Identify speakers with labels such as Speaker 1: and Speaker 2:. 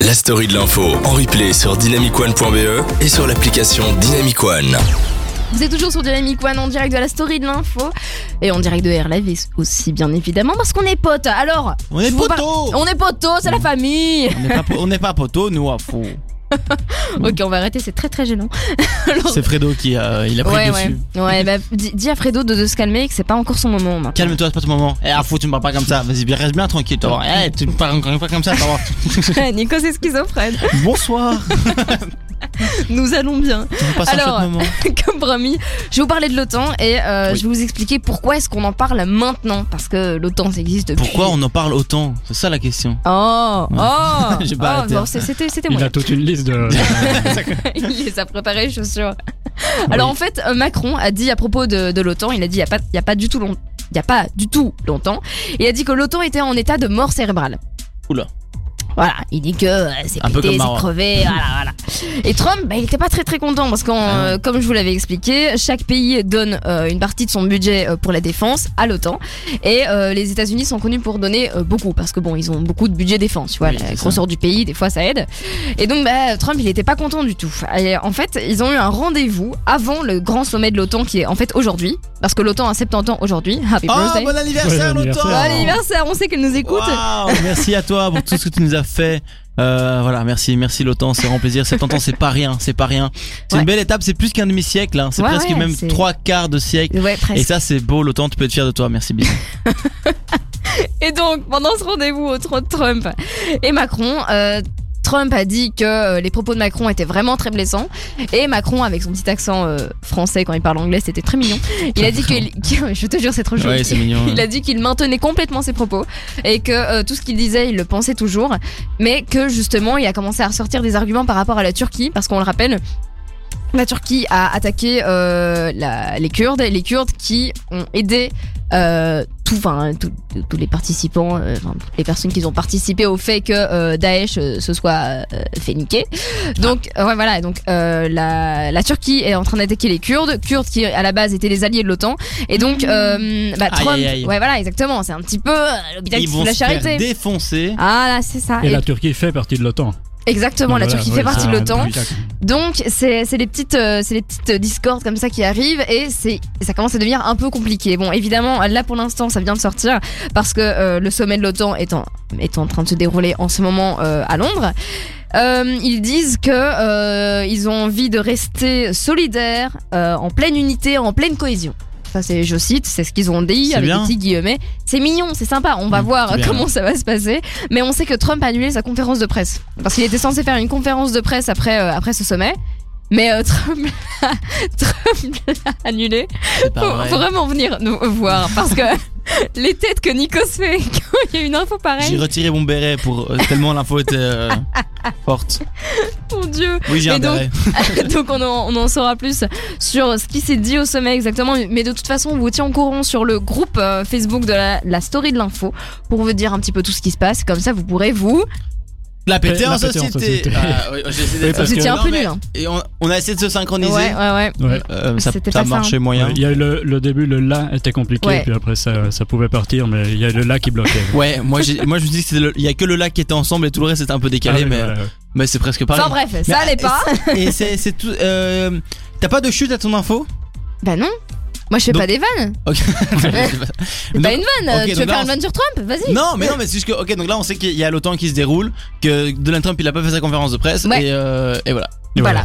Speaker 1: la story de l'info en replay sur dynamicone.be E et sur l'application Dynamic One.
Speaker 2: Vous êtes toujours sur Dynamic One en direct de la story de l'info et en direct de Air Live et aussi bien évidemment parce qu'on est potes. Alors,
Speaker 3: On est
Speaker 2: je vous par-
Speaker 3: potos
Speaker 2: on est potos, c'est la famille.
Speaker 3: On n'est pas, po- on n'est pas poteau, nous, à fond.
Speaker 2: Ok, on va arrêter, c'est très très gênant.
Speaker 3: C'est Fredo qui euh, il a pris
Speaker 2: Ouais,
Speaker 3: le dessus.
Speaker 2: ouais. Ouais, bah, dis, dis à Fredo de, de se calmer et que c'est pas encore son moment. maintenant.
Speaker 3: Calme-toi, c'est pas ton moment. Eh, à fond, tu me parles pas comme ça. Vas-y, bien, reste bien tranquille, t'as voir. Eh, tu me parles encore une fois comme ça, t'as voir.
Speaker 2: Nico, c'est schizophrène.
Speaker 3: Bonsoir.
Speaker 2: Nous allons bien.
Speaker 3: On passe
Speaker 2: Alors, euh,
Speaker 3: un chouette moment.
Speaker 2: Comme promis, je vais vous parler de l'OTAN et euh,
Speaker 3: Oui.
Speaker 2: je vais vous expliquer pourquoi est-ce qu'on en parle maintenant. Parce que l'OTAN, ça existe depuis.
Speaker 3: Pourquoi on en parle autant C'est ça la question.
Speaker 2: Oh, oh,
Speaker 3: J'ai pas
Speaker 2: oh,
Speaker 3: arrêté. hein.
Speaker 2: bon, c'est- c'était, c'était
Speaker 4: Il
Speaker 2: moi.
Speaker 4: a toute une liste de.
Speaker 2: Il les a préparés, je suis sûre. Alors en fait, euh, Macron a dit à propos de, de l'OTAN, il a dit il n'y a, pas- il y a pas du tout long- il y a pas du tout longtemps, il a dit que l'OTAN était en état de mort cérébrale.
Speaker 3: Oula.
Speaker 2: Voilà, il dit que euh, c'est
Speaker 3: Un peu
Speaker 2: pété,
Speaker 3: comme
Speaker 2: c'est
Speaker 3: Marat.
Speaker 2: crevé, voilà, voilà. Et Trump, bah, il n'était pas très très content parce que,
Speaker 3: Ah
Speaker 2: comme je vous l'avais expliqué, chaque pays donne euh, une partie de son budget euh, pour la défense à l'OTAN et euh, les États-Unis sont connus pour donner euh, beaucoup parce que bon, ils ont beaucoup de budget défense, tu vois,
Speaker 3: Oui,
Speaker 2: la
Speaker 3: c'est ça.
Speaker 2: grosseur du pays, des fois ça aide. Et donc bah, Trump, il n'était pas content du tout. Et en fait, ils ont eu un rendez-vous avant le grand sommet de l'OTAN qui est en fait aujourd'hui parce que l'OTAN a 70 ans aujourd'hui. Happy
Speaker 3: Oh,
Speaker 2: birthday.
Speaker 3: bon anniversaire,
Speaker 4: Bon
Speaker 3: l'OTAN
Speaker 4: anniversaire.
Speaker 2: Bon anniversaire, on sait qu'elle nous écoute.
Speaker 3: Waouh, Merci à toi pour tout ce que tu nous as fait. Euh, voilà, merci, merci l'OTAN, c'est grand plaisir. 70 ans, c'est pas rien, c'est pas rien. C'est
Speaker 2: Ouais.
Speaker 3: une belle étape, c'est plus qu'un demi-siècle, hein. c'est
Speaker 2: Ouais,
Speaker 3: presque
Speaker 2: ouais,
Speaker 3: même
Speaker 2: c'est-
Speaker 3: trois quarts de siècle.
Speaker 2: Ouais, presque.
Speaker 3: Et ça, c'est beau, l'OTAN, tu peux être fier de toi. Merci, bien.
Speaker 2: Et donc, pendant ce rendez-vous entre Trump et Macron, euh, Trump a dit que euh, les propos de Macron étaient vraiment très blessants. Et Macron, avec son petit accent euh, français quand il parle anglais, c'était très mignon. Il a dit qu'il. qu'il- je te jure, c'est trop joli.
Speaker 3: Ouais, c'est mignon.
Speaker 2: il a dit qu'il maintenait complètement ses propos et que euh, tout ce qu'il disait, il le pensait toujours, mais que justement, il a commencé à ressortir des arguments par rapport à la Turquie, parce qu'on le rappelle, la Turquie a attaqué euh, la- les Kurdes, les Kurdes qui ont aidé euh, tout- 'fin, tout- tous les participants, euh, 'fin, toutes les personnes qui ont participé au fait que euh, Daesh euh, se soit euh, fait niquer. Donc euh, ouais, voilà, donc euh, la, la Turquie est en train d'attaquer les Kurdes, Kurdes qui à la base étaient les alliés de l'OTAN, et donc euh, bah,
Speaker 3: Mmh. Aïe,
Speaker 2: Trump,
Speaker 3: aïe, aïe.
Speaker 2: ouais voilà exactement, c'est un petit peu euh, l'hôpital
Speaker 3: Ils
Speaker 2: qui fout
Speaker 3: vont
Speaker 2: la
Speaker 3: se faire
Speaker 2: charité.
Speaker 3: défoncer.
Speaker 2: Ah là c'est ça.
Speaker 4: Et
Speaker 2: Et-
Speaker 4: la Turquie fait partie de l'OTAN.
Speaker 2: exactement,
Speaker 4: Donc
Speaker 2: la
Speaker 4: voilà,
Speaker 2: Turquie
Speaker 4: ouais,
Speaker 2: fait partie
Speaker 4: ça-
Speaker 2: de l'OTAN.
Speaker 4: D'accord.
Speaker 2: Donc c'est c'est les petites euh, c'est les petites euh, discordes comme ça qui arrivent et c'est ça commence à devenir un peu compliqué. Bon évidemment là pour l'instant ça vient de sortir parce que euh, le sommet de l'OTAN est en est en train de se dérouler en ce moment euh, à Londres. Euh, ils disent que euh, ils ont envie de rester solidaires, euh, en pleine unité, en pleine cohésion. Ça c'est je cite, c'est ce qu'ils ont dit
Speaker 3: C'est
Speaker 2: avec
Speaker 3: bien.
Speaker 2: des petits guillemets. C'est mignon, c'est sympa. On va
Speaker 3: Mmh,
Speaker 2: voir
Speaker 3: c'est bien.
Speaker 2: comment ça va se passer. Mais on sait que Trump a annulé sa conférence de presse. Parce qu'il était censé faire une conférence de presse après, euh, après ce sommet. Mais euh, Trump l'a Trump l'a annulé.
Speaker 3: C'est pas
Speaker 2: Faut
Speaker 3: vrai.
Speaker 2: vraiment venir nous voir. Parce que les têtes que Nikos fait quand il y a une info
Speaker 3: J'ai
Speaker 2: pareille.
Speaker 3: retiré mon béret pour euh, tellement l'info était euh, forte.
Speaker 2: Mon dieu.
Speaker 3: Oui, j'ai
Speaker 2: Et
Speaker 3: un
Speaker 2: donc,
Speaker 3: béret.
Speaker 2: Donc on en, on en saura plus sur ce qui s'est dit au sommet exactement. Mais de toute façon, on vous tient au courant sur le groupe euh, Facebook de la, la story de l'info pour vous dire un petit peu tout ce qui se passe. Comme ça, vous pourrez vous.
Speaker 3: La pété
Speaker 4: La
Speaker 3: en
Speaker 4: pété en
Speaker 3: société.
Speaker 4: société.
Speaker 3: Ah, oui, j'ai essayé
Speaker 4: Oui,
Speaker 3: d'être-
Speaker 4: parce
Speaker 2: Vous étiez
Speaker 3: Non,
Speaker 2: un peu
Speaker 3: mais-
Speaker 2: nul. hein.
Speaker 3: Et on, on a essayé de se synchroniser.
Speaker 2: Ouais, ouais, ouais.
Speaker 4: Ouais.
Speaker 3: Euh, ça
Speaker 2: C'était
Speaker 3: ça
Speaker 2: pas ça,
Speaker 3: marchait
Speaker 2: hein.
Speaker 3: moyen.
Speaker 4: Il y a eu le, le début, le là était compliqué,
Speaker 2: Ouais.
Speaker 4: puis après ça, ça pouvait partir, mais il y a eu le là qui bloquait.
Speaker 3: Ouais, moi, j'ai- moi je me dis que c'était le- il y a que le lac qui était ensemble et tout le reste était un peu décalé,
Speaker 4: Ah oui,
Speaker 3: mais,
Speaker 4: voilà, ouais.
Speaker 3: mais c'est presque pareil.
Speaker 2: Enfin bref, ça
Speaker 3: Mais-
Speaker 2: allait pas.
Speaker 3: Et c'est c'est tout. euh, T'as pas de chute à ton info
Speaker 2: Bah non. Moi je fais
Speaker 3: Donc-
Speaker 2: pas des vannes.
Speaker 3: Ok.
Speaker 2: C'est pas
Speaker 3: Donc-
Speaker 2: Bah, une vanne. tu
Speaker 3: ok,
Speaker 2: veux faire
Speaker 3: donc là,
Speaker 2: une
Speaker 3: on-
Speaker 2: vanne sur Trump Vas-y.
Speaker 3: Non, mais non, mais c'est juste que. Ok, donc là on sait qu'il y a l'OTAN qui se déroule, que Donald Trump il a pas fait sa conférence de presse
Speaker 2: Ouais.
Speaker 3: et, euh, et voilà.
Speaker 4: Et
Speaker 2: Voilà.